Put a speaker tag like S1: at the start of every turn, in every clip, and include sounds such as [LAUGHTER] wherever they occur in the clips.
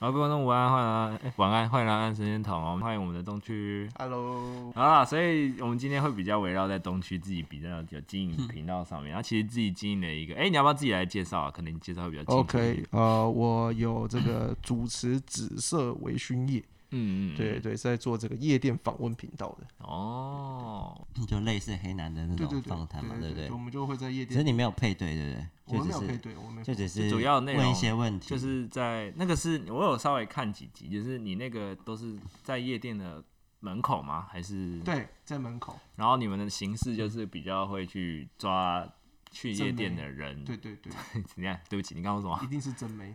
S1: 好，各位观众午安，欢迎来到、哎晚安，欢迎来到安时间筒，欢迎我们的东区。
S2: Hello，
S1: 好啦，所以我们今天会比较围绕在东区自己比较有经营频道上面，然后其实自己经营的一个，哎、你要不要自己来介绍啊？可能你介绍会比较清楚
S2: OK，呃，我有这个主持紫色微醺夜，
S1: 嗯嗯，嗯
S2: 对，对，是在做这个夜店访问频道的，
S1: 哦，
S3: 就类似黑男的那
S2: 对对
S3: 种
S2: 对
S3: 访谈嘛，
S2: 对
S3: 不对
S2: 我？们就会在夜
S3: 只是
S2: 店，
S3: 你没有配对，对
S2: 我
S3: 不
S2: 们
S3: 对？
S2: 没有
S3: 就只
S2: 配
S3: 是
S2: 对，我们
S3: 就只是
S1: 主要内容
S3: 问一些问题，
S1: 就是在那个是我有稍微看几集，就是你那个都是在夜店的门口吗？还是？
S2: 对，在门口，
S1: 然后你们的形式就是比较会去抓去夜店的
S3: 嗯
S1: 人，
S2: 对对对，
S1: [LAUGHS] 怎样？对不起，你刚刚说什
S2: 一
S1: 么 [LAUGHS] 哦
S2: 定是真妹，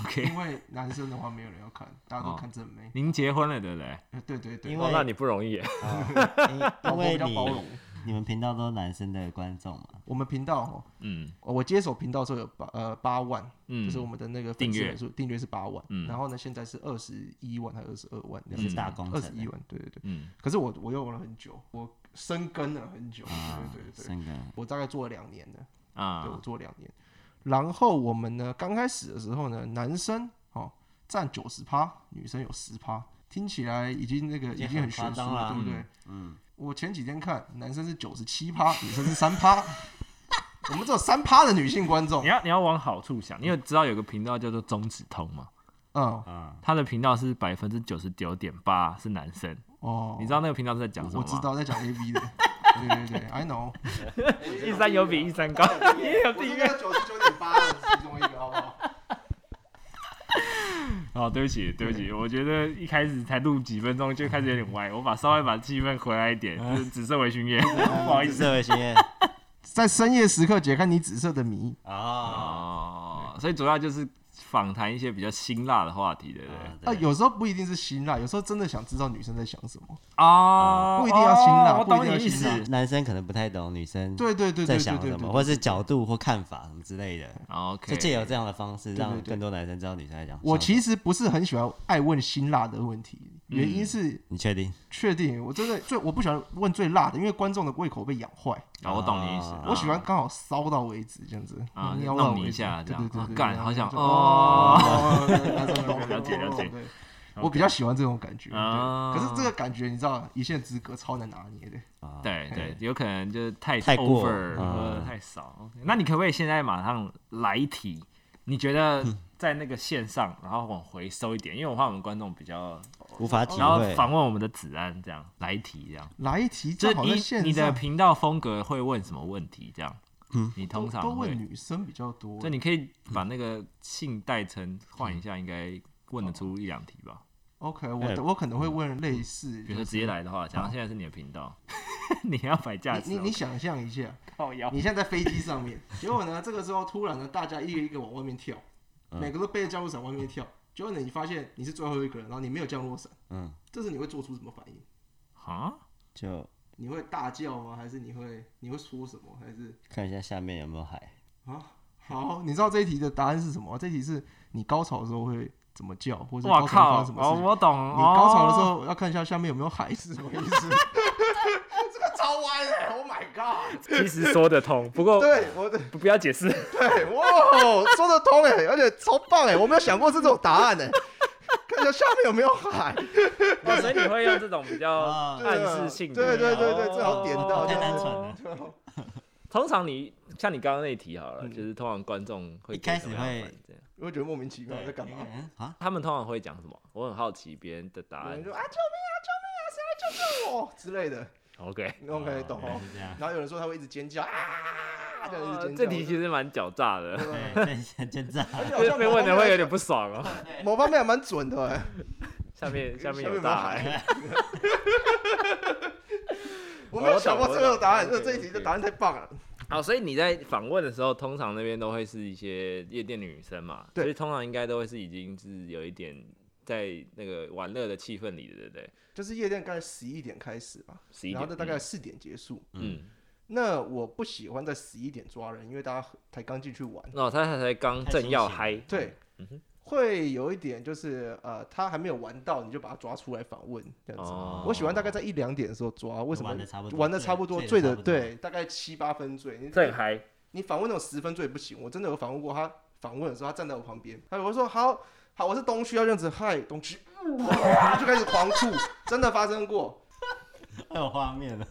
S1: ？OK，
S2: 因为男生的话没有人要
S3: [LAUGHS]
S2: 看，大家都
S1: 哦
S2: 看真妹，
S1: 您结婚了对不对？
S2: 呃 [LAUGHS] 对对对，
S3: 哦因为
S1: 你不容易
S2: [LAUGHS]
S1: 耶。
S3: 哦因
S2: 老
S3: 因
S2: 婆
S3: 为
S2: 比较包容
S3: 你，你们频道都是男生的观众嘛，
S2: 我们频道哦，
S1: 嗯
S2: 我接手频道的时候有八呃八万，
S1: 嗯，
S2: 就是我们的那个粉丝
S1: 订阅
S2: 人数订阅是八万
S1: 嗯，
S2: 然后呢现在是二十一万还是二十二万这样
S3: 你
S2: 子，
S3: 是大工
S2: 二
S3: 程
S2: 十一万，对对对。
S1: 嗯
S2: 可是我我用了很久，我深耕了很久，
S3: 啊，
S2: 对对对对，
S3: 三个
S2: 我大概做了两年的，对我
S1: 啊，
S2: 做了两年。然后我们呢，刚开始的时候呢，男生哦占九十趴，女生有十趴，听起来已经那个
S3: 已经
S2: 已经很
S3: 很
S2: 悬
S3: 夸
S2: 殊
S3: 张
S2: 了，
S3: 啦
S2: 对不对？
S3: 嗯，
S2: 我前几天看，男生是九十七趴，女生是三趴， [LAUGHS] 我们只有三趴的女性观
S1: [LAUGHS]
S2: 众
S1: 你，要你要往好处想，你有知道有个频道叫做中指通吗？
S2: 嗯
S3: 啊，
S1: 他的频道是百分之九十九点八是男生，
S2: 哦，
S1: 你知道那个频道是在讲什
S2: 我
S1: 么
S2: 知
S1: 吗？
S2: 道在讲
S1: [LAUGHS]
S2: A V 的，对对对，I know，
S1: 一山有比一山
S2: [LAUGHS]
S1: 高，你也有
S2: 我是那个九十九点八的其中一个，好不好？
S1: 哦，对不起，对不起，我觉得一开始才录几分钟就开始有点歪，我把稍微把气氛回来一
S2: [LAUGHS]
S1: 点，就是紫色微醺夜，不好意思
S3: 社会学院
S2: 在深夜时刻解开你紫色的谜。
S3: 啊，
S1: [LAUGHS] 哦，所以主要就是访谈一些比较辛辣的话题，对不对？
S2: 啊，
S3: 对
S2: 有时候不一定是辛辣，有时候真的想知道女生在想什么。
S1: 啊，
S2: 不一定要辛辣
S1: 哦我
S2: 不一
S1: 懂
S2: 定要
S1: 你意思
S2: 辛辣
S3: 男生可能不太懂女生
S2: 对对对对
S3: 在
S2: 对
S3: 想
S2: 对
S3: 什么，
S2: 对，
S3: 或是角度或看法什么之类的，就
S1: 哦，OK，
S3: 借由这样的方式，
S2: 对对
S3: 让
S2: 对
S3: 更多男生知道女生在讲什么。
S2: 我其实不是很喜欢爱问辛辣的问题，原因是
S3: 你确定？
S2: 确定我真的最我不喜欢问最辣的，因为观众的胃口被养坏。
S1: 啊，我懂你意思
S3: 啊，
S2: 我喜欢刚好骚到为止这样子，
S1: 啊，
S2: 你要
S1: 弄你
S2: 为
S1: 一
S2: 止
S1: 下这
S2: 对
S1: 样
S2: 对，
S1: 啊
S2: 对对，
S1: 干，
S2: 对
S1: 好想
S2: 就
S1: 哦，
S2: 哦，男生懂
S1: 了解了解。
S2: 对我比较喜欢这种感觉，
S1: 啊
S2: 对可是这个感觉你知道，一线之隔超难拿捏的。
S3: 啊，
S1: 对对，有可能就是太
S3: 太过
S1: over
S3: 嗯
S1: 或者太少。OK，那你可不可以现在马上来一题？你觉得在那个线上，然后往回收一点，因为我怕我们观众比较，
S3: 无法体
S1: 然后
S3: 会。
S1: 访问我们的子安这样来一题这样，
S2: 来一题
S1: 就
S2: 正好在
S1: 是
S2: 线
S1: 你你的
S2: 上
S1: 频道风格会问什么问题这样？
S3: 嗯，
S1: 你
S2: 都
S1: 通常
S2: 都
S1: 会
S2: 问女生比较多，
S1: 就你可以把那个姓代称换一下，应该问得出一两题吧。
S2: OK，
S3: 哎
S2: 我我可能会问类似，
S1: 比如说直
S3: 嗯
S1: 接来的话，假如现在是你的频道， [LAUGHS] 你要摆架
S2: 你
S1: 子
S2: 你
S1: 哦，
S2: 你想象一下，
S1: 靠腰
S2: 你现在在飞机上面，结果呢，这个时候突然呢，大家一个一个往外面跳，
S3: 嗯
S2: 每个都背着降落伞往外面跳，结果呢，你发现你是最后一个人，然后你没有降落伞，
S3: 嗯，
S2: 这时你会做出什么反应？
S1: 啊？
S3: 就
S2: 你会大叫吗？还是你会你会说什么？还是
S3: 看一下下面有没有海。
S2: 啊？好，你知道这一题的答案是什么吗？这一题是你高潮的时候会怎么叫，或者
S1: 我
S2: 高潮
S1: 靠
S2: 发生什！么
S1: 哦，
S2: 事情？
S1: 我懂。
S2: 你高潮的时
S1: 哦，
S2: 候要看一下下面有没有海是什么意思？ [LAUGHS] 这个超歪的，Oh my god！
S1: 其实说得通，不过
S2: [LAUGHS] 对，我的
S1: 不不要解释。
S2: 对，哇，说得通哎，而且超棒哎，我没有想过是这种答案 [LAUGHS] 哎。看一下下面有没有海，
S1: 哦所以你会用这种比
S2: [LAUGHS]
S1: 较
S3: 啊
S1: 暗示性的，
S2: 对对对对，
S1: 哦
S2: 最好点到。
S3: 太单
S2: 就是
S3: 纯了。
S1: 通常你像你刚刚那题好
S2: 嗯
S1: 了，就是通常观众会
S3: 一开
S1: 给
S3: 始
S1: 什么样的
S3: 会
S1: 反应
S2: 我会觉得莫名其妙在干嘛？
S3: 嗯啊，
S1: 他们通常会讲什么？我很好奇别人的答
S2: 有
S1: 案
S2: 人。说啊救命啊，谁来救救我之类的
S1: OK，
S2: ，OK 懂
S3: 啊原来
S2: 哦。
S3: 是这样。 [LAUGHS]
S2: 然后有人说他会一直尖叫啊，这样一直
S1: 呃
S2: 尖叫。
S1: 这题其实蛮狡诈的。
S2: [LAUGHS]
S3: 对，对现现在
S2: 而且好
S1: 就是
S2: 像
S1: 被问的会
S2: [LAUGHS]
S1: 有点不爽哦。
S2: 某方面还蛮准的哎。
S1: 下面下面
S2: 有
S1: 有
S2: 没有
S1: 大
S2: 海
S1: 海，
S2: 我没有想过这个答案，
S1: 我
S2: 这
S1: 懂
S2: 这一题的答案太棒了。
S1: 好，所以你在访问的时候，通常那边都会是一些夜店女生嘛，
S2: 对
S1: 所以通常应该都会是已经是有一点在那个玩乐的气氛里的，对不对？
S2: 就是夜店大概十一点开始吧，
S1: 11
S2: 然后到大概
S1: 点
S2: 四点结束。
S1: 嗯，
S2: 那我不喜欢在十一点抓人，因为大家才刚进去玩。
S1: 那、哦、他才才刚正要嗨，
S2: 对，会有一点就是呃，他还没有玩到，你就把他抓出来访问这样子。
S1: 哦
S2: 我喜欢大概在一两点的时候抓，为什么
S3: 玩得差不多
S2: 玩的差不多，
S3: 醉
S2: 醉
S3: 得
S2: 的
S3: 差不多
S2: 对，大概七八分醉。你
S1: 正嗨，
S2: 你访问那种十分醉不行，我真的有访问过他访问的时候，他站在我旁边，他我就说好好，我是东区，要这样子，嗨，东区，哇就开始狂吐，真的发生过。
S3: 太有画面了，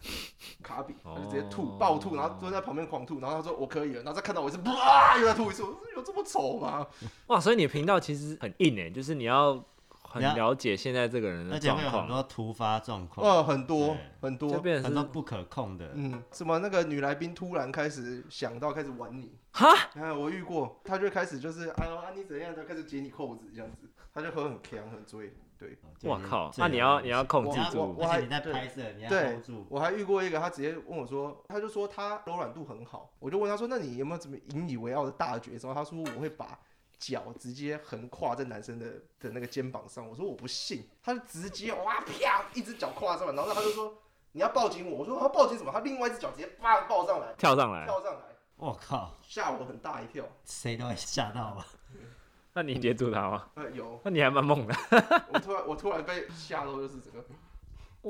S2: 卡比，他就直接吐，
S1: 哦
S2: 暴吐，然后蹲在旁边狂吐，然后他说我可以了，然后再看到我一次，哇，又在吐一次，我说有这么丑吗？
S1: 哇，所以你的频道其实很硬诶，就是你要很
S3: 你要
S1: 了解现在这个人
S3: 而
S1: 的
S3: 且
S1: 状
S3: 会有很
S1: 况，
S3: 多突发状况，
S2: 呃，很多
S3: 对
S2: 很
S1: 就
S2: 多，
S1: 变
S3: 很
S1: 成
S3: 多
S1: 是
S3: 不可控的。呃
S2: 嗯，什么那个女来宾突然开始想到开始玩你，
S1: 哈，
S2: 哎，我遇过，她就开始就是哎呦啊你怎样，就开始解你扣子这样子，她就很很强很追，对
S3: 这
S1: 我
S3: 个
S1: 靠，
S3: 这
S1: 那
S3: 个
S1: 你要你要控制
S2: 我我
S1: 住
S2: 我
S3: 而
S2: 还
S3: 且你在
S2: 对
S3: 拍摄，你要
S2: 对
S3: hold 住。
S2: 我还遇过一个，她直接问我说，她就说她柔软度很好，我就问她说那你有没有怎么引以为傲的大绝招？她说我会把。脚直接横跨在男生的的那个肩膀上，我说我不信，他就直接哇啪一只脚跨上来，然后他就说你要抱紧我，我说他抱紧什么？他另外一只脚直接啪抱上来，
S1: 跳上来，
S2: 跳上来，
S3: 我靠，
S2: 吓我很大一跳。
S3: 谁都会吓到啊吧？
S1: 那你接住他吗？
S2: 呃，有，
S1: 那你还蛮猛的，
S2: 我突然我突然被吓到，就是整个
S1: 嗯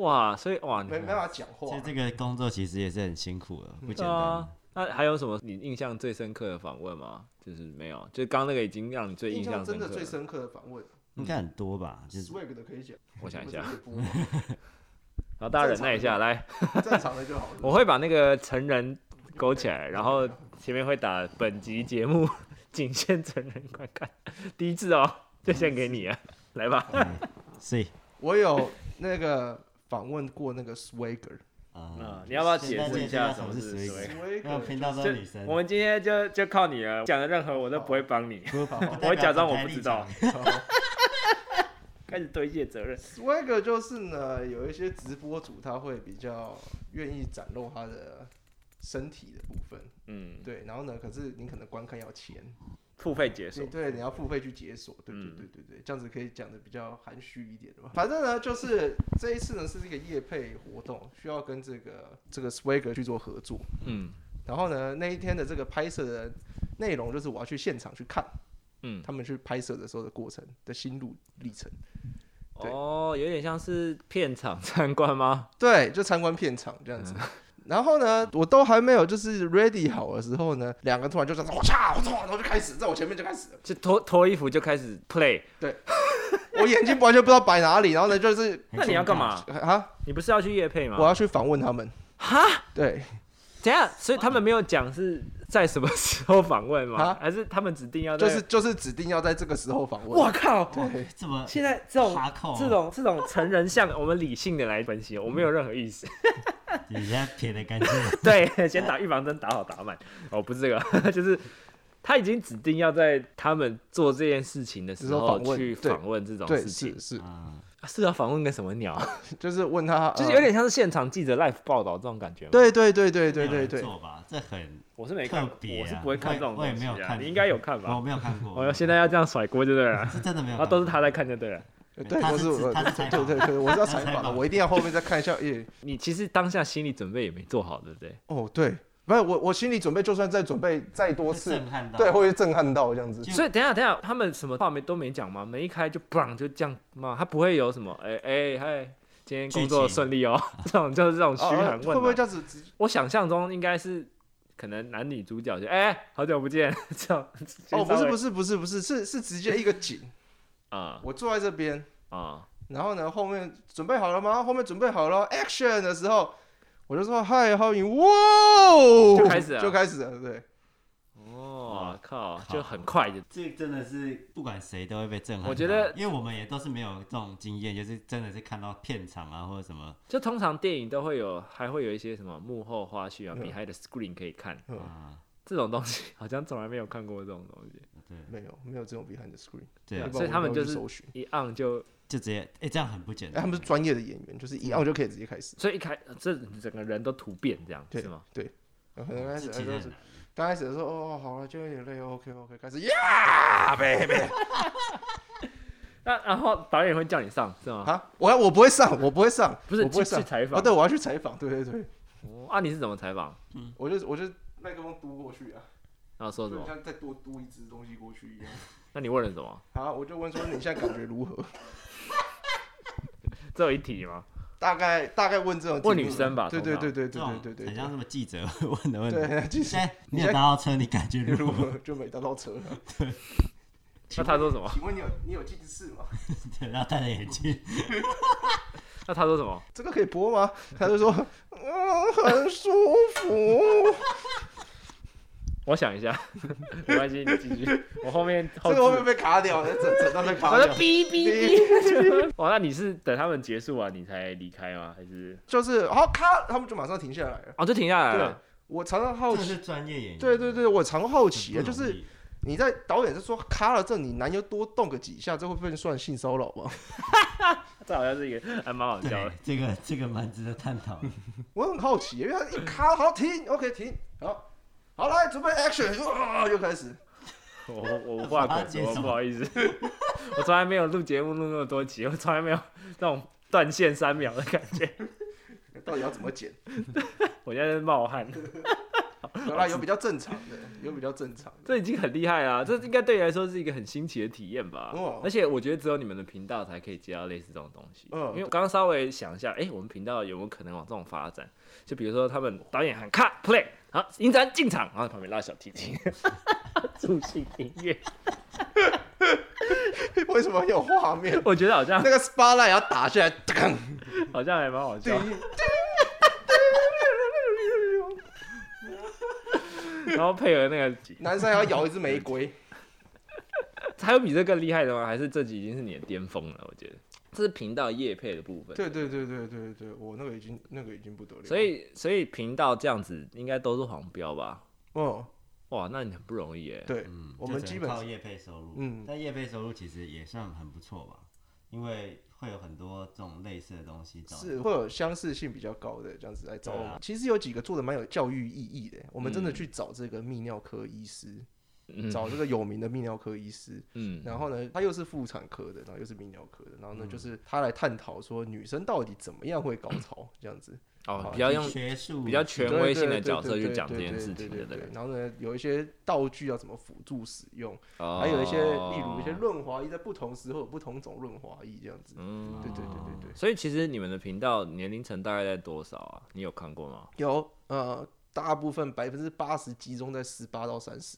S1: 哇，所以哇，你
S2: 没没办法讲话
S3: [LAUGHS] 其实。这个工作其实也是很辛苦的，不简
S1: 对
S3: 单
S1: 啊。。那还有什么你印象最深刻的访问吗？就是没有，就刚那个已经让你最
S2: 印
S1: 象
S2: 象
S1: 深
S2: 真
S1: 刻
S2: 的最
S1: 了。
S2: 深刻的访问
S3: 应该很多吧？就是
S2: ，swag 的可以讲。
S1: 我想一下
S2: 我们直接
S1: 然后大家忍耐一下，来，
S2: 播正常的就好了。
S1: 我会把那个成人勾起来，然后前面会打本集节目仅限成人观看，第一
S2: [LAUGHS]
S1: 次哦，就献给你啊，来吧。[LAUGHS]
S3: 所以
S2: 我有那个访问过那个 swagger，
S1: 嗯
S3: 啊，，
S1: 你要不要
S3: 现在
S1: 解释一
S3: 现
S1: 下
S3: 在
S1: 什么
S3: 是
S1: 是
S3: swag？
S1: swag？
S3: 那我
S2: swagger
S3: 频道都
S1: 就是
S3: 女生，
S1: 我们今天就就靠你了，讲的任何我都不会帮你，
S3: 不不代
S1: 我会
S3: 表
S1: 假装我
S3: 台
S1: 不
S3: 历
S1: 知道
S3: 场。
S1: [LAUGHS] 开始推卸责任。
S2: swagger 就是呢，有一些直播主他会比较愿意展露他的身体的部分，
S1: 嗯，
S2: 对，然后呢，可是你可能观看要钱，
S1: 付费解锁
S2: 对。对，你要付费去解锁，对对
S1: 嗯
S2: 对对对，这样子可以讲的比较含蓄一点的嘛。反正呢，就是这一次呢是这个夜配活动，需要跟这个这个 Swagger 去做合作。
S1: 嗯
S2: 然后呢，那一天的这个拍摄的内容就是我要去现场去看
S1: 嗯，
S2: 他们去拍摄的时候的过程的心路历程。对
S1: 哦，有点像是片场参观吗？
S2: 对，就参观片场这样
S1: 嗯
S2: 子。然后呢，我都还没有就是 ready 好的时候呢，两个突然就这样子，我嚓，我操，然后就开始在我前面就开始了。
S1: 就脱脱衣服就开始 play。
S2: 我眼睛完全不知道摆哪里，然后呢就是
S1: 那你要干嘛？
S2: 啊，
S1: 你不是要去夜配吗？
S2: 我要去访问他们。
S1: 哈，
S2: 对，
S1: 等一下，所以他们没有讲是在什么时候访问吗
S2: 啊？
S1: 还是他们指定要在
S2: 就是？就是指定要在这个时候访问。
S1: 我靠！
S2: 对，
S3: 这么
S1: 现在这种
S3: 哈扣啊
S1: 这种这种成人向，我们理性的来分析，我没有任何意 [LAUGHS] 思。
S3: 你现在撇的干净了，
S1: 对，先打预防针，打好打满。哦，不是这个， [LAUGHS] 就是他已经指定要在他们做这件事情的时
S2: 时候
S1: 候
S2: 访问
S1: 去
S2: 对
S1: 访问这种
S2: 对
S1: 事情
S2: 是，是，
S3: [LAUGHS] 啊，
S1: 啊是要访问个什么鸟啊？
S2: 就是问他，
S1: 就是
S2: 呃
S1: 有。点像是现场记者 live 报道这种感觉吗？，
S2: 对对对对对
S3: 没有
S2: 对
S3: 人
S2: 对，
S3: 做吧，这很
S1: 我是没看，
S3: 特别啊，
S1: 我是不会看这种
S3: 我
S1: 东
S3: 也我也
S1: 西
S3: 没有
S1: 啊。
S3: 看，
S1: 你应该有看吧
S3: 我？哦没有看过，
S1: [LAUGHS] 我要哦现在要这样甩锅就对了，
S2: [LAUGHS]
S3: 是真的没
S1: 然
S3: 有看
S1: 后
S3: 过，
S1: 都是他在看就对了。
S2: 呃对
S3: 他
S2: 我
S3: 是
S2: 是我，
S3: 他是采
S2: 对对
S3: 访
S2: 对对，我是要采
S3: 采
S2: 访的，
S3: 访
S2: 我一定要后面再看一下。耶，
S1: 你其实当下心理准备也没做好，对不对？
S2: 哦对，不是我我心里准备，就算再准备再多
S3: 会
S2: 次，
S3: 震撼到，
S2: 对，会震撼到这样子。
S3: 就
S1: 所以等一下等一下，他们什么话没都没讲吗？门一开就砰就这样吗？他不会有什么哎哎嗨，今天工作
S3: 剧情
S1: 顺利哦， [LAUGHS] 这种就是这种嘘
S2: 哦
S1: 寒问
S2: 呃
S1: 暖。
S2: 会不会这样子直接？
S1: 我想象中应该是可能男女主角就哎、好久不见 [LAUGHS] 这样。
S2: 哦，不是不
S1: 是
S2: 是不是不是，是是直接一个景，
S1: 啊
S2: 我坐在这边，
S1: 啊
S2: 然后呢后面准备好了吗？后面准备好了，action 的时候，我就说嗨，浩宇，哇哦，
S1: 就开始了
S2: 就开始了，对。
S1: 哦
S3: 哇
S1: 靠，
S3: 靠
S1: 就很快就
S3: 这真的是不管谁都会被震撼到。
S1: 我觉得
S3: 因为我们也都是没有这种经验，就是真的是看到片场啊或者什么
S1: 就通常电影都会有，还会有一些什么幕后花絮啊、
S2: 嗯
S1: behind the screen 可以看，
S2: 嗯
S3: 啊，
S1: 这种东西好像从来没有看过这种东西，
S3: 对
S2: 没有，没有这种 behind the screen，
S3: 对
S2: 要
S3: 啊
S2: 不，然
S1: 所以
S2: 我
S1: 他们
S2: 没
S1: 就
S2: 有去
S1: 是
S2: 搜寻，
S1: [LAUGHS] 一按就，
S3: 就直接哎、这样很不简
S2: 哎
S3: 单。
S2: 他们是专业的演员，就是一样就可以直接开始。
S1: 所以一开这整个人都突变这样
S2: 对
S1: 是吗？
S2: 对，
S1: 嗯
S2: 然后可能开始
S3: 是
S2: 哎
S3: 其实
S2: 就
S3: 很
S2: 是
S3: 难
S2: 刚开始的时候，哦，好了，就有点累，OK OK，开始呀，baby
S1: 那然后导演会叫你上是吗？
S2: 啊，我要我不会上，我不会上，
S1: 不是
S2: 我不会
S1: 去
S2: 上
S1: 去采访
S2: 啊，对，我要去采访，对对对，
S1: 哦啊，你是怎么采访？
S2: 我就我就麦克风嘟过去啊，
S1: 然后说嗯什
S2: 就
S1: 么？
S2: 像再多嘟一只东西过去一样。
S1: 那你问了什么？
S2: 好，我就问说你现在感觉如何？
S1: 只有一题吗？
S2: 大概大概问这种题目
S1: 问女生吧
S2: 对
S1: 通
S2: 对
S1: 常
S2: 对对
S3: 这
S2: 对
S3: 种
S2: 对对对
S3: 很像
S2: 对
S3: 什么记者会问的问
S2: 对， [LAUGHS]
S3: 题。
S2: 对，其实
S3: 现在你
S2: 现
S3: 有
S2: 在
S3: 搭到车，你感觉如
S2: [LAUGHS] 如
S3: 何？
S2: 果就没搭到车了。
S1: 那他说什么？
S2: [LAUGHS] 请问你有你有近视吗？
S3: 对，然后戴着眼镜，
S1: 那他说什么？
S2: 这个可以播吗？他就说，嗯，很舒服。
S1: 我想一下， [LAUGHS] 没关系，你继续。我后面后
S2: 这个会不会
S1: 置，
S2: 被卡掉？整整段被卡
S1: 我在 [LAUGHS]
S2: 掉。
S1: 哔哔哔。哦，那你是等他们结束完你才离开吗？还是？
S2: 就是好咔，他们就马上停下来了。
S1: 哦，就停下来
S2: 对
S1: 了。，
S2: 我常常好
S3: 这
S2: 奇，
S3: 是专业演员。
S2: 对对对，我常好奇啊，
S3: 很
S2: 就
S3: 不容易，
S2: 是你在导演是说咔了这，你男优多动个几下，这会不会算性骚扰 [LAUGHS] 吗？
S1: 啊这好像是一个还蛮好笑的
S3: 对。这个这个蛮值得探讨的。
S2: 我很好奇，因为他一咔，好停，OK 停，好，好来准备 action，就啊又开始。
S1: 我 [LAUGHS] 我无话可
S3: 我发现
S1: 说，
S3: 什么
S1: 不好意思，我从来没有录节目录那么多集，我从来没有那种断线三秒的感觉，
S2: 到底要怎么剪？
S1: 我现在在冒汗。
S2: 好啦，有比较正常的，有比较正常的。
S1: 这已经很厉害啦，这应该对你来说是一个很新奇的体验吧？
S2: 哦
S1: 而且我觉得只有你们的频道才可以接到类似这种东西。
S2: 嗯
S1: 因为我刚刚稍微想一下，哎，我们频道有没有可能往这种发展？就比如说他们导演喊 cut play，好，影展进场，然后旁边拉小提琴， [LAUGHS] 助兴音乐，
S2: [LAUGHS] 为什么有画
S1: [LAUGHS]
S2: 面？
S1: 我觉得好像
S2: [LAUGHS] 那个 spotlight 要打下来，噔
S1: 好像还蛮好笑
S2: 叮。
S1: [LAUGHS] 然后配合那个，
S2: 男生还要摇一支 [LAUGHS] 玫瑰。
S1: 还有比这更厉害的吗？还是这集已经是你的巅峰了？我觉得这是频道业配的部分。
S2: 对对对对对对，我那个已经那个已经不得了。
S1: 所，以，所以频道这样子应该都是黄标吧？
S2: 哦，
S1: 哇，那你很不容易耶。
S2: 对，
S3: 嗯，
S2: 我们
S3: 就只
S2: 基
S3: 能
S2: 本
S3: 靠业配收入，
S2: 嗯
S3: 但业配收入其实也算很不错吧，因为会有很多这种类似的东西
S1: 哦
S3: 找。
S2: 是会有相似性比较高的这样子来找我
S3: 对
S2: 们
S3: 啊。
S2: 其实有几个做的蛮有教育意义的，我们真的去找这个泌尿科医师，
S1: 嗯
S2: 找这个有名的泌尿科医师，
S1: 嗯，
S2: [LAUGHS] 然后呢，他又是妇产科的，然后又是泌尿科的，然后呢，就是他来探讨说女生到底怎么样会高潮这样子，
S1: 哦
S2: 好，
S1: 比较用
S3: 学术
S1: 比较嗯权
S2: 对
S1: 威
S2: 对
S1: 性的
S2: 对
S1: 角
S2: 对
S1: 色
S2: 对
S1: 去讲这
S2: 对
S1: 件
S2: 对
S1: 事
S2: 对
S1: 情
S2: 对
S1: 的那
S2: 对
S1: 个，
S2: 然后呢，有一些道具要怎么辅助使用，
S1: 哦
S2: 还有一些例如一些，润滑液，在不同时候有不同种润滑液这样子。
S1: 嗯
S2: 对对对对对，
S1: 所以其实你们的频道年龄层大概在多少啊？你有看过吗？
S2: 有呃，大部分百分之八十集中在十八到三十。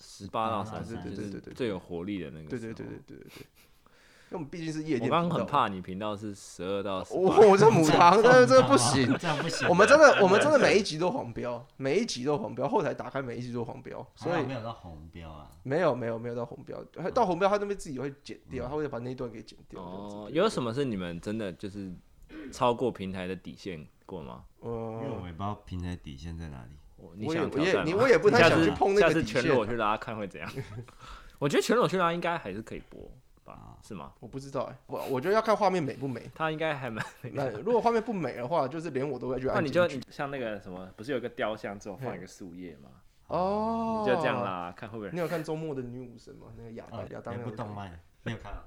S1: 十八到三
S3: 对
S1: 十，
S3: 对
S1: 就是
S3: 对
S2: 啊对对对
S1: 最有活力的那个。
S2: 对对对对。对对对，因为我们毕竟是夜
S1: 我
S2: 店频道。
S1: 刚刚很怕你频道是十二到十八，
S2: 我我这母
S1: [LAUGHS]
S2: 汤，但是这不行。
S3: [LAUGHS] 这样不行。啊
S2: 我们真的，我们真的每一集都黄标，每一集都黄标，后台打开每一集都黄标，所
S3: 还好
S2: 以
S3: 没有到红标啊。
S2: 没有没有没有到红标，到红标他那边自己会剪掉，他会把那一段给剪掉。
S1: 哦，有什
S2: 么？
S1: 么是你们真的就是超过平台的底线过吗？
S3: 因为我
S2: 呃，
S3: 也不知道平台底线在哪里。
S1: 我你
S2: 我也
S1: 想
S2: 我
S1: 挑
S2: 也
S1: 战
S2: 你
S1: 吗
S2: 我也不太
S1: 下
S2: 想
S1: 次
S2: 去碰那
S1: 下
S2: 个
S1: 次
S2: 底
S1: 全裸
S2: 线，啊
S1: 去拉看会怎样？ [LAUGHS] 我觉得全裸去拉应该还是可以播吧？是吗？
S2: 我不知道哎，我我觉得要看画面美不美。
S1: 他应该还蛮……
S2: 那如果画面不美的话，就是连我都会去
S1: [LAUGHS]
S2: 按
S1: 那
S2: 进
S1: 你
S2: 去。
S1: 就你像那个什么，不是有个雕像之后放一个树叶吗？
S2: 哦
S1: 你，就这样。啦，看会不会？
S2: 你有看周末的女武神吗？那个亚
S1: 啊
S2: 当亚当
S3: 哦也
S2: 那
S3: 不
S2: 个
S3: 动漫，
S1: [LAUGHS]
S3: 没有看到。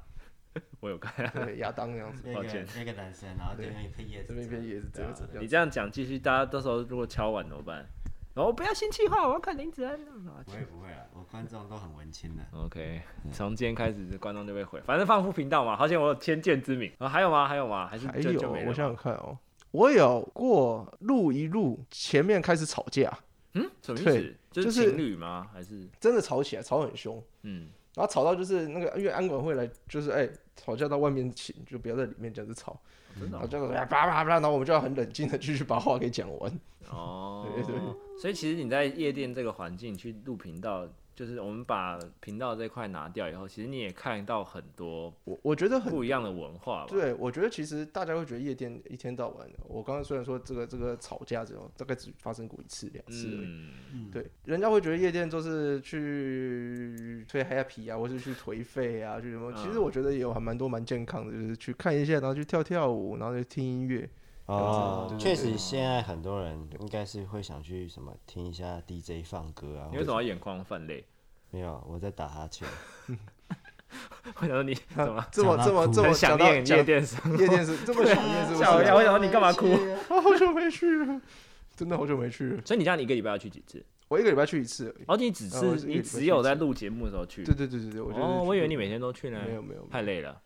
S1: 我有看。 [LAUGHS]
S2: 对亚当那样子，
S3: 那
S1: 抱
S3: 个
S1: 歉
S3: 那个男生，然后对面一片叶
S2: 这
S3: 子，
S2: 边一边也是这
S3: 对啊
S2: 样子。
S1: 你这样讲，继续大家到时候如果敲碗怎么办？然后不要新气话，我要看林子安。
S3: 不会不会啊，我观众都很文青的。
S1: OK，从
S2: 嗯
S1: 今天开始观众就被毁，反正放副频道嘛，好险我有先见之明。啊，还有吗？还有吗？还是
S2: 还
S1: 就
S2: 有，
S1: 就没
S2: 我
S1: 了
S2: 想
S1: 吗？
S2: 想看哦，我有过录一录，前面开始吵架，
S1: 嗯，什么意
S2: 对
S1: 思？就
S2: 就是是
S1: 情侣吗？还是
S2: 真的吵起来，吵很凶，
S1: 嗯？
S2: 然后吵到就是那个，因为安管会来，就是哎、吵架到外面请，就不要在里面这样子吵，
S1: 真的
S2: 然
S1: 哦
S2: 后这样子啊叭叭叭，然后我们就要很冷静的继续把话给讲完。 [LAUGHS]
S1: 哦，
S2: 对对
S1: 所以其实你在夜店这个环境去录频道，就是我们把频道这块拿掉以后，其实你也看到很多
S2: 我我觉得很
S1: 不一样的文化吧。，
S2: 对，我觉得其实大家会觉得夜店一天到晚，我刚刚虽然说这个这个吵架之后，大概只发生过一次两次而已。
S1: 嗯，
S2: 对，人家会觉得夜店就是去吹 happy 啊，或是去颓废啊，去什么？其实
S1: 嗯
S2: 我觉得也有还蛮多蛮健康的，就是去看一下，然后去跳跳舞，然后就听音乐。
S3: 哦
S2: 对，对
S3: 确实，现在很多人应该是会想去什么听一下 DJ 放歌啊。
S1: 你为什么要眼眶泛泪？ [LAUGHS]
S3: 没有，我在打哈欠。
S1: 我想说你怎
S2: [LAUGHS]
S1: 么 [LAUGHS]
S2: 这么
S3: 讲到
S2: 这么
S3: 哭
S2: 这么
S1: 很想
S2: 讲到 [LAUGHS]
S1: 念
S2: 讲
S1: 夜店生活？
S2: 夜店是这么想念，
S1: [LAUGHS]
S2: 是不是？
S1: 吓我一跳，我想说你干嘛哭？
S2: 啊好久没去了，真的好久没去了。
S1: 所以你这样一个礼拜要去几
S2: [LAUGHS]
S1: 次？
S2: 我一个礼拜去一次而已。
S1: 哦，你只
S2: 啊我
S1: 是
S2: 是一个礼
S1: 你
S2: 拜
S1: 只
S2: 去
S1: 有
S2: 一
S1: 在
S2: 次
S1: 录节目的时候去
S2: 对。对对对对，我就是
S1: 哦，
S2: 去
S1: 我以为你每天都去呢
S2: 没，有没有，
S1: 太累了。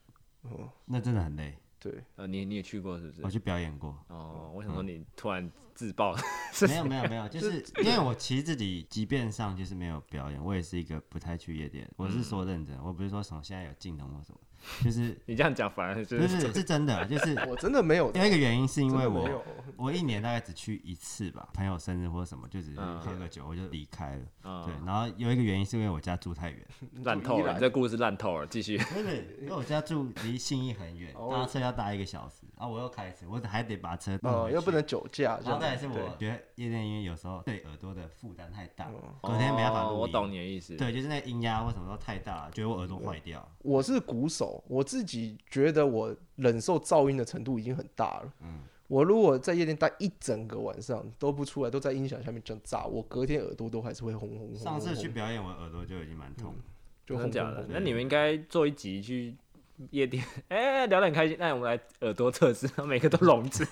S2: 哦
S3: 那真的很累。
S2: 对，
S1: 呃，你你也去过是不
S3: 我
S1: 是？
S3: 去表演过。
S1: 哦，我想
S2: 嗯
S1: 说你突然自爆， [LAUGHS] 是
S3: 没有没有没有，就是因为我其实自己即便上就是没有表演，我也是一个不太去夜店。我是说认真，我不是说什么现在有镜头或什么，就是
S1: 你这样讲反而就
S3: 不
S1: 是
S3: 是是真的，就是
S2: 我真的没有，
S3: 有一个原 [LAUGHS] 因是因
S2: 真
S3: 为
S2: 的没
S3: 我
S2: 有，
S3: 我一年大概只去一次吧，朋友生日或什么，就只是
S1: 嗯
S3: 喝个酒我就离开了。
S1: 啊
S3: 对，然后有一个原因是因为我家住太远，
S1: 烂透了，你这故事烂透了，继
S2: [LAUGHS]
S1: 续。
S3: 不是，因为我家住离信义很远，
S2: 哦
S3: 搭车要搭一个小时啊，我又开车，我还得把车弄
S2: 哦，
S3: 回
S2: 又
S3: 嗯去
S2: 不能酒驾，这
S3: 然
S2: 样
S3: 后再来是我
S2: 对
S3: 觉得夜店音乐有时候对耳朵的负担太大
S2: 哦，
S3: 隔天没办法
S1: 哦
S3: 录音。
S1: 我懂你的意思。
S3: 对，就是那个音压或什么都太大，觉得我耳朵坏掉。
S2: 我是鼓手，我自己觉得我忍受噪音的程度已经很大了。
S3: 嗯
S2: 我如果在夜店待一整个晚上都不出来，都在音响下面这样炸，我隔天耳朵都还是会轰轰轰。
S3: 上次
S2: 轰
S3: 去
S2: 轰
S3: 表演，我耳朵就已经蛮痛。
S2: 就
S1: 真的
S2: 轰轰
S1: 假的
S2: 轰？
S1: 那你们应该做一集去夜店，哎、聊得很开心。那我们来耳朵测试， [LAUGHS] 每个都聋
S2: [LAUGHS]
S1: 子，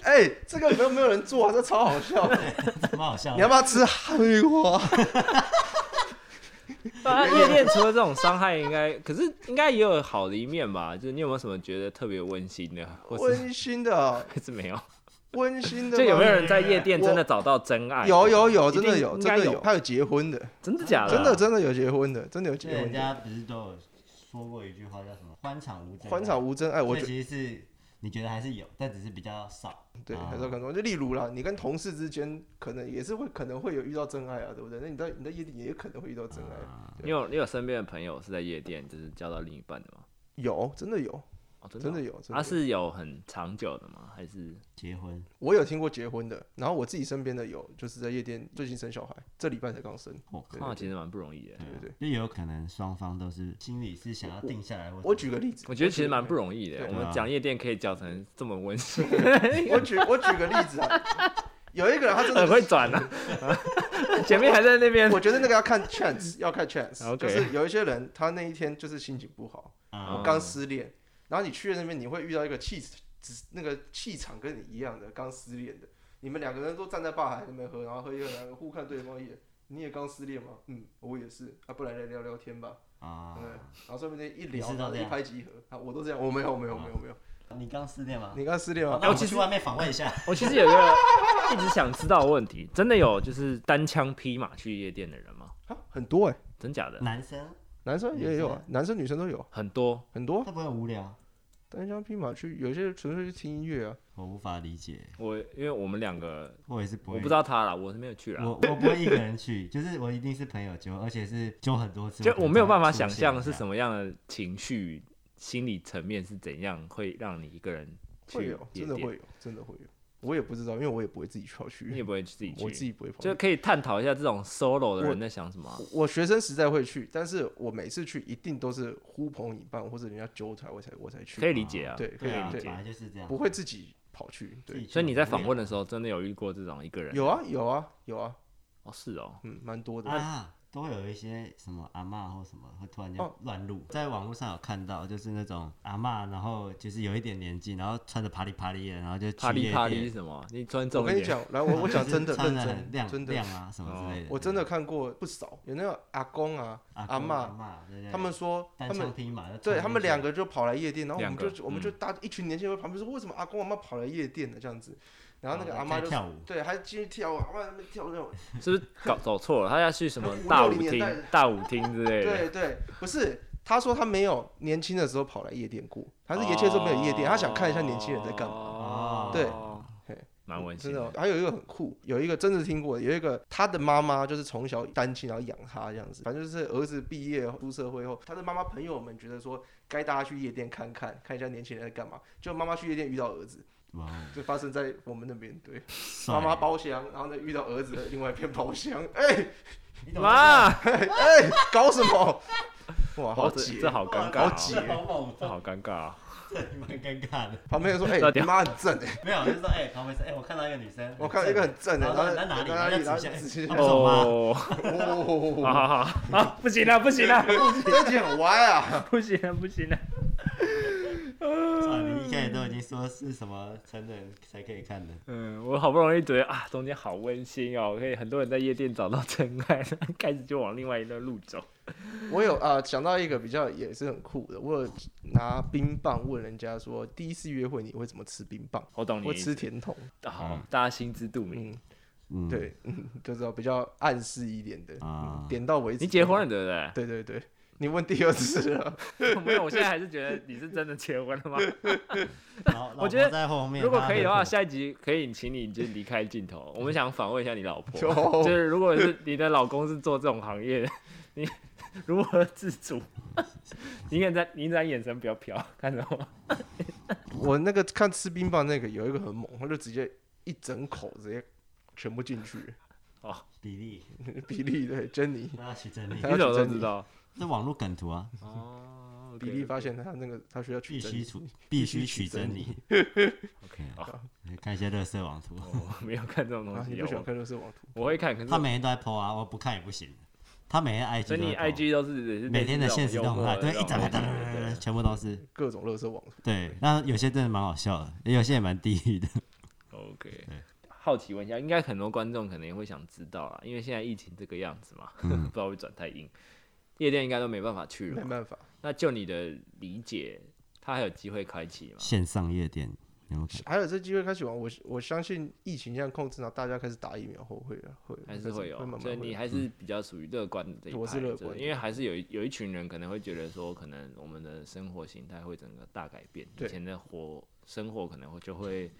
S2: 哎、这个没有没有人做啊，这超好笑。
S1: 哦
S3: 蛮好笑啊
S2: 你要
S3: 的。
S2: 不要吃哈密瓜？
S1: [LAUGHS] 当然，啊夜店除了这种伤害，应该可是应该也有好的一面吧？就是你有没有什么觉得特别温馨的，或是
S2: 温馨的，
S1: [LAUGHS] 还是没有？
S2: 温馨的吗。
S1: 就有没有人在夜店真的找到真爱？
S2: 有有有，
S1: 一定
S2: 真的有，
S1: 应
S2: 真
S1: 该
S2: 的
S1: 有，
S2: 他有结婚的，
S1: 真的假的？
S2: 真的真的有结婚的，真的有
S3: 就
S2: 结
S3: 人
S2: 婚的。
S3: 家不是都有说过一句话叫什么“欢场无真爱”，
S2: 欢场无真爱，我
S3: 这
S2: 觉
S3: 其实是你觉得还是有，但只是比较少。
S2: 对
S3: 啊
S2: 还是要看重要。就例如啦，你跟同事之间可能也是会可能会有遇到真爱啊，对不对？那你在你在夜店也可能会遇到真爱，
S3: 啊
S1: 你有你有身边的朋友是在夜店就是交到另一半的吗？
S2: 有真的有，
S1: 哦，真的
S2: 真
S1: 哦
S2: 的有，真
S1: 啊，
S2: 的有。
S1: 是有很长久的吗？还是
S3: 结婚
S2: 我有听过结婚的，然后我自己身边的有，就是在夜店最近生小孩，这礼拜才刚生。
S3: 我
S2: 对嗯
S3: 靠，
S1: 啊，其实蛮不容易的。
S3: 啊
S2: 对对
S3: 就有可能双方都是心里是想要定下来或什么。
S2: 我举个例子，
S1: 我觉得其实蛮不容易的。
S2: 对
S1: 我
S3: 啊
S1: 们讲夜店可以讲成这么温馨，
S2: [LAUGHS] 我举我举个例子啊，有一个人他真的
S1: [LAUGHS] 很会转啊。前面还在那边
S2: [LAUGHS] 我觉得那个要看 chance，要看 chance，
S1: OK
S2: 就是有一些人他那一天就是心情不好，
S3: 啊
S2: 我刚失恋，然后你去了那边，你会遇到一个气只那个气场跟你一样的刚失恋的，你们两个人都站在吧台那边喝，然后喝一喝，两个互看对方一眼。你也刚失恋吗？嗯，我也是。啊，不然来聊聊天吧。
S3: 啊
S2: 对，，然后顺便一
S3: 你
S2: 聊，
S3: 是
S2: 然
S3: 都
S2: 后
S3: 这
S2: 一
S3: 样
S2: 拍即合。啊，我都这样。我没有，没有，没有，没有。
S3: 你刚失恋吗？
S2: 你哦刚失恋
S3: 好
S2: 吗？
S3: 那啊我们去外面访问一下。
S1: 我其实有一个一直想知道的问题，真的有就是单枪匹马去夜店的人吗？
S2: 啊，很多哎、
S1: 真假的？
S3: 男生
S2: 男生也有啊，男生女生都有，
S1: 很多，
S2: 很多啊
S3: 会不会无聊？
S2: 单枪匹马去，有些人纯粹去听音乐啊。
S3: 我无法理解，
S1: 我因为我们两个，
S3: 我也是不
S1: 我
S3: 会
S1: 不知道他啦，我是没有去啦
S3: 我。我不会一个人去，就是我一定是朋友揪，而且是揪很多次。
S1: 就我没有办法想象是
S3: 么。
S1: 什么样的情绪、心理层面是怎样会让你一个人
S2: 会
S1: 去
S2: 有，
S1: 夜
S2: 真的会
S1: 店，
S2: 有，真的会有。我也不知道，因为我也不会自己跑去，
S1: 你也不会自己
S2: 我自
S1: 去，
S2: 己不会跑
S1: 就
S2: 去。
S1: 可以探讨一下这种 solo 的人在想什么啊、
S2: 我我学生时代会去，但是我每次去一定都是呼朋引伴或者人家揪出来我才我才去，
S1: 可以理解啊。
S2: 对，可以
S3: 对啊，
S2: 理
S3: 本
S2: 解，
S3: 来就是这样。
S2: 不会自己跑去。
S3: 自己
S2: 对，
S3: 去
S1: 所以你在
S3: 很无
S1: 访
S3: 聊
S1: 问的时候，真的有遇过这种一个人？
S2: 有啊，有啊，有啊，
S1: 哦，是哦，
S2: 嗯，蛮多的。
S3: 啊，都会有一些什么阿嬷或什么会突然间
S2: 哦
S3: 乱入，在网络上有看到，就是那种阿嬷，然后就是有一点年纪，然后穿着啪里啪里的，然后就去
S1: 啪哩
S3: 夜
S1: 啪哩
S3: 店
S1: 是，什么？你尊
S2: 我
S1: 重
S2: 跟
S1: 一
S2: 你
S1: 点。
S2: 讲，来，我
S1: [LAUGHS]
S2: 我讲真的，
S3: 穿
S2: 认
S3: 的很
S2: 真，
S3: 亮
S2: 真的
S3: 亮，啊什么之类的。
S2: 我真的看过不少，有那个阿公啊、阿
S3: 嬷
S2: 嬷，
S3: 阿嬷对对
S2: 他们说他
S3: 单
S2: 们
S3: 枪匹马就
S2: 对
S3: 冲
S2: 他们
S3: 进去
S2: 两个就跑来夜店，然后我
S1: 两
S2: 们
S1: 个
S2: 就我们就搭一群年轻人在旁边说，为什么阿公阿妈跑来夜店呢？这样子，然后那个
S3: 哦
S2: 阿妈
S3: 在
S2: 就
S3: 跳舞
S2: 对，还继续跳舞，阿妈在那边跳那种，
S1: 是不是搞走错了？他要去什
S2: [LAUGHS]
S1: 么大舞
S2: 五六零
S1: 厅
S2: 年代、
S1: 大舞厅之类的？
S2: 对对，不是，他说他没有年轻的时候跑来夜店过，他是年轻的时候没有夜
S1: 哦
S2: 店，他想看一下年轻人在干嘛。
S1: 嘛
S2: 对嘿，
S1: 蛮温馨
S2: 真的哦
S1: 的。，
S2: 还有一个很酷，有一个真的听过，有一个他的妈妈就是从小单亲，然后养他这样子，反正就是儿子毕业出社会后，他的妈妈朋友们觉得说该大家去夜店看看，看一下年轻人在干嘛，就妈妈去夜店遇到儿子，
S3: 哇哦，
S2: 就发生在我们那边，对，
S3: 帅
S1: 啊
S2: 妈妈包厢，然后呢遇到儿子的另外一片
S1: [LAUGHS]
S2: 包厢，哎、
S3: 你懂吗？
S1: 哇，
S2: 哎、搞什么？哇，好
S1: 哦这
S2: 解，
S1: 这好尴
S2: 好啊
S1: 尬
S2: 解
S1: 哦，
S3: 好猛， [LAUGHS]
S1: 这好尴尬啊！
S3: 蛮尴尬的。
S2: 旁边人说，哎、
S1: 这
S2: 你
S1: 屌
S2: 妈很正哎、
S3: 没有，就是说，哎，旁边是，哎，我看到一个女生，
S2: 我看到一个很正的，
S3: 然后
S2: 后
S3: 说在哪里，
S2: 在哪
S3: 然后
S2: 里，
S3: 就
S2: 然后
S3: 指
S2: 直接
S3: 一下，他们走吗？
S1: 哦，啊好
S2: 哦，
S1: 好好好，不行了，不行了，
S2: 这集很歪啊！
S1: [LAUGHS] 不行了，不行了。
S3: 啊，你一开始都已经说是什么成人才可以看的。
S1: 嗯，我好不容易觉得啊，中间好温馨哦，可以很多人在夜店找到真爱， [LAUGHS] 开始就往另外一段路走。
S2: 我有啊、想到一个比较也是很酷的，我有拿冰棒问人家说，第一次约会你会怎么吃冰棒？
S1: 我懂你
S2: 我
S1: 意思，
S2: 吃甜筒，
S1: 好，大家心知肚明。
S2: 嗯，
S3: 嗯，
S2: 对， [LAUGHS] 嗯，就是要比较暗示一点的，
S3: 啊
S2: 嗯点到为止。
S1: 你结婚了对不对？
S2: 对对对，你问第二次了，
S1: [LAUGHS] 没有，我现在还是觉得你是真的结婚了吗？
S3: 然后老
S1: 我
S3: 婆
S1: 觉得
S3: 在后面，
S1: 如果可以的话，
S3: 大家
S1: 下一集可以请你就离开镜头，
S2: [LAUGHS]
S1: 我们想访问一下你老婆，
S2: 哦
S1: 就是如果是你的老公是做这种行业的， [LAUGHS] 你如何自主？ [LAUGHS] 你眼在，你在眼神不要瞟， [LAUGHS] 看着我。
S2: 我那个看吃冰棒那个有一个很猛，他就直接一整口直接全部进去，
S3: 比例，
S2: 比利对珍妮，
S3: 大家取真理，
S2: 他
S1: 你怎么都
S2: 要取证
S1: 知道？
S3: 这网络梗图 [LAUGHS] 啊，
S1: 哦，
S2: 比利发现他那个他需要取
S3: 必
S2: 真
S3: 须
S2: 理，
S3: 取必须
S2: 须
S3: 取
S2: 取
S3: 真
S2: 真
S3: 理。
S1: OK 哦，
S3: 你看一些乐色网图，
S1: 我哦 [LAUGHS] 没有看这种东
S2: 啊，你
S1: 西
S2: 不喜欢
S1: 哦，
S2: 看热色网图，
S1: 我我会看，可
S3: 他
S1: 是
S3: 每天都在 PO 啊，我不看也不行。他每天 IG
S1: 所以
S3: 都
S1: 你
S3: 在 po
S1: IG 都是
S3: 每天的现实动态，对，一整
S1: 整
S3: 个哒哒哒哒哒，全部都是。
S2: 各种热色网图。
S3: 对，那有些真的蛮好笑的，也有些也蛮地狱的。
S1: OK，好嗯奇问一下，应该很多观众可能也会想知道啦，因为现在疫情这个样子嘛， [LAUGHS] 不知道会转太硬，夜店应该都没办法去
S2: 没
S1: 了嘛。
S2: 办法，
S1: 那就你的理解，它还有机会开启吗？
S3: 线上夜店，有没有看
S2: 还有这机会开始玩，我我相信疫情这样控制，然后大家开始打疫苗后会啊，会
S1: 还是会有
S2: 会慢，慢
S1: 所以
S2: 会
S1: 你还是比较属于乐观的这一派，
S2: 我是乐观的
S1: 对因为还是有一有一群人可能会觉得说，可能我们的生活形态会整个大改变，以
S2: 对
S1: 前的活生活可能会就会，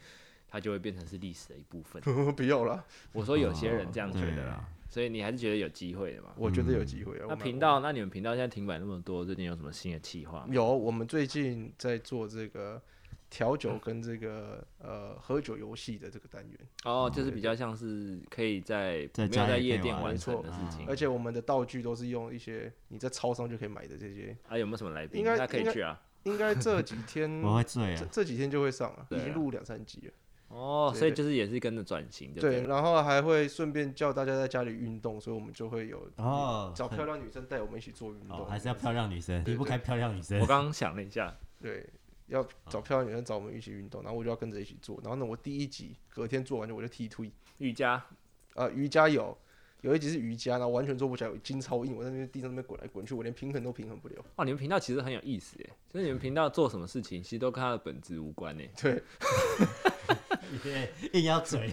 S1: 它就会变成是历史的一部
S2: [LAUGHS]
S1: 分。
S2: 不要了，
S3: 嗯
S1: 我说有些人这样觉得
S3: 哦
S1: 啦，所以你还是觉得有机会的嘛。
S2: 我觉得有机会啊。
S1: 那
S2: 我
S1: 频道，那你们频道现在停摆那么多，最近有什么新的计划吗？
S2: 有，我们最近在做这个调酒跟这个呃喝酒游戏的这个单元，
S1: 哦，就是比较像是可以在没
S3: 在
S1: 有
S3: 家
S1: 在
S3: 也
S1: 夜
S3: 可以
S1: 店
S3: 玩
S1: 完
S2: 没
S1: 成
S2: 错
S1: 的事
S3: 嗯
S1: 情
S2: 啊而。且我们的道具都是用一些你在超商就可以买的这些，
S1: 啊，有没有什么来宾？
S2: 应该
S1: 那可以
S2: 应该
S1: 去啊。
S2: 应该这几天
S1: 嗯
S3: [LAUGHS] 我会醉
S2: 这
S3: 啊，
S2: 这几天就会上了，
S1: 对
S2: 已
S1: 啊
S2: 经录两三集了。
S1: 哦，
S2: 对
S1: 所以
S2: 对
S1: 就是也是跟着转型，对不
S2: 对，
S1: 对？
S2: 然后还会顺便叫大家在家里运动，所以我们就会有
S3: 哦
S2: 找漂亮女生带我们一起做运
S3: 哦，
S2: 动，
S3: 还是要漂亮女生，离不开漂亮女生
S1: 我。刚刚想了一下，
S2: 对，要
S3: 哦
S2: 找漂亮女生找我们一起运动，然后我就要跟着一起做。然后呢，我第一集隔天做完就我就踢腿，
S1: 瑜伽
S2: 呃，瑜伽有有一集是瑜伽，然后完全做不起来，我筋超硬，我在那边地上那边滚来滚去，我连平衡都平衡不了。
S1: 哇，你们频道其实很有意思耶，就是你们频道做什么事情，其实都跟它的本质无关耶。
S2: 对，
S3: 硬要嘴，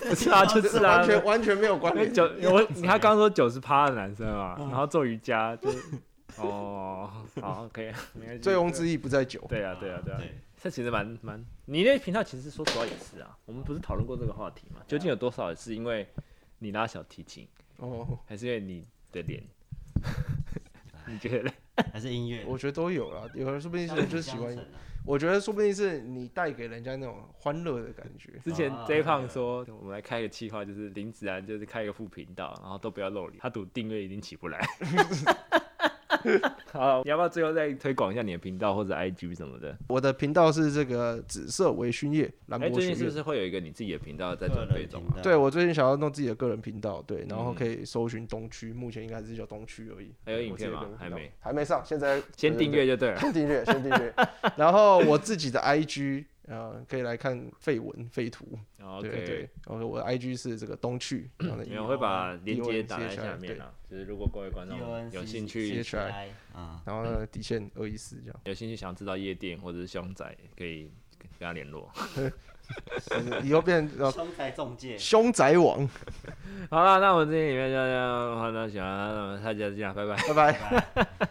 S1: 不是啊，就是啊
S2: 完，全完全没有啊关
S3: [LAUGHS]
S1: 那
S2: 联。
S1: 九我你他刚说九十趴的男生嘛，
S2: 嗯
S1: 然后做瑜伽就是哦，好 OK，没关系。
S2: 醉翁之意不在酒，
S1: 对 [LAUGHS] 啊，对啊，对啊，
S3: 对，
S1: 这其实蛮蛮，你那频道其实说实话也是啊，我们不是讨论过这个话题嘛？究竟有多少是因为你拉小提琴，
S2: 哦，
S1: 还是因为你的脸？ [LAUGHS] 你觉得嘞？
S3: 还是音乐。
S2: 我觉得都有啦。有人说不定是人就是喜欢，
S3: 啊
S2: 我觉得说不定是你带给人家那种欢乐的感觉。
S1: 之前
S3: 啊
S1: J 胖说，我们来开个计划，就是林子然就是开一个副频道，然后都不要露脸，他赌订阅一定起不来。 [LAUGHS] 好，你要不要最后再推广一下你的频道或者 IG 什么的？
S2: 我的频道是这个紫色微醺夜兰
S1: 哎，
S2: 博
S1: 最
S2: 学
S1: 近是不
S2: 院。
S1: 是会有一个你自己的频道在
S3: 个
S1: 准备
S3: 人
S1: 中
S3: 频
S1: 啊？
S3: 道，
S2: 对，我最近想要弄自己的个人频道，对，然后
S1: 嗯
S2: 可以搜寻东区，目前应该还是叫东区而已。
S1: 还有影
S2: 我自己
S1: 片
S2: 的
S1: 吗
S2: 个人？
S1: 还
S2: 频道
S1: 没，
S2: 还没上，现在
S1: [LAUGHS] 先订，阅就对
S2: 对对对
S1: 了。
S3: [LAUGHS]
S2: 先订阅，先订阅。然后我自己的 IG，呃，可以来看废文废图，对
S1: OK，
S2: 对。OK，我的 IG 是这个东区，然后呢
S1: 没有会把链接
S2: DON
S1: 打在下面啊，就是如果各位观众
S3: DON
S1: 有兴
S2: 接
S1: 趣，
S2: 出来，
S3: 啊，
S2: 然后呢底线二一四这样
S1: 有兴趣想要知道夜店或者是凶宅，可以跟他联络。 [LAUGHS]
S2: 就是，以后变成呃
S3: 生财中
S1: [LAUGHS]
S3: 介
S2: 凶宅王，
S1: 好了，那我们这里面就这样，好那喜欢，那我们下期再见啊，拜拜。
S2: 拜拜。